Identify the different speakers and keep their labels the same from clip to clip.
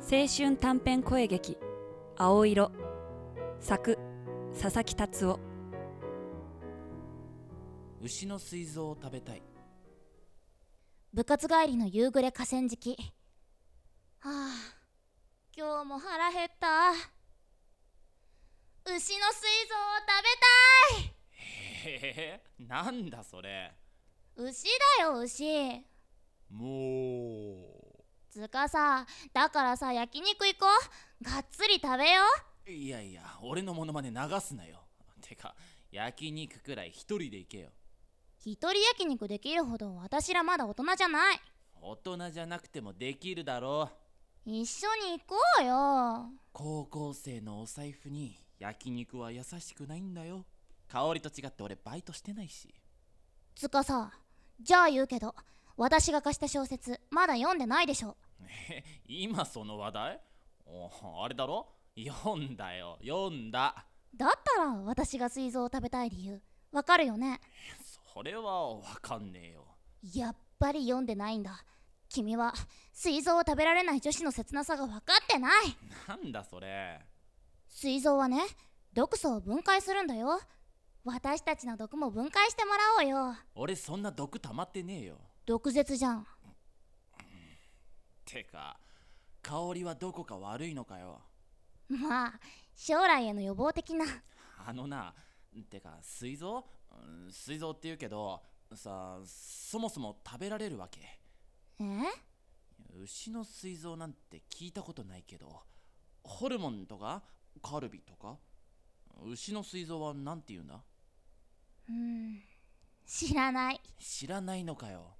Speaker 1: 青春短編声劇「青色」作佐々木達夫
Speaker 2: 牛の膵臓を食べたい
Speaker 3: 部活帰りの夕暮れ河川敷はあ今日も腹減った牛の膵臓を食べたい
Speaker 2: へえなんだそれ
Speaker 3: 牛だよ牛
Speaker 2: もう
Speaker 3: つかさだからさ焼肉行こうがっつり食べよ
Speaker 2: いやいや俺のモノマネ流すなよてか焼肉くらい一人で行けよ
Speaker 3: 一人焼肉できるほど私らまだ大人じゃない
Speaker 2: 大人じゃなくてもできるだろう
Speaker 3: 一緒に行こうよ
Speaker 2: 高校生のお財布に焼肉は優しくないんだよ香りと違って俺バイトしてないし
Speaker 3: つかさじゃあ言うけど私が貸した小説まだ読んでないでしょ
Speaker 2: え今その話題おあれだろ読んだよ読んだ
Speaker 3: だったら私が膵臓を食べたい理由わかるよね
Speaker 2: それはわかんねえよ
Speaker 3: やっぱり読んでないんだ君は膵臓を食べられない女子の切なさが分かってない
Speaker 2: なんだそれ
Speaker 3: 膵臓はね毒素を分解するんだよ私たちの毒も分解してもらおうよ
Speaker 2: 俺そんな毒溜まってねえよ
Speaker 3: 毒舌じゃん
Speaker 2: てか香りはどこか悪いのかよ
Speaker 3: まあ将来への予防的な
Speaker 2: あのなてか膵臓うん膵臓って言うけどさそもそも食べられるわけ
Speaker 3: え
Speaker 2: 牛の膵臓なんて聞いたことないけどホルモンとかカルビとか牛の膵臓は何て言うんだ
Speaker 3: うん知らない
Speaker 2: 知らないのかよ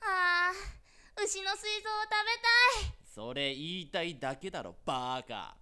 Speaker 3: あー牛の膵臓を食べたい
Speaker 2: それ言いたいだけだろバーカ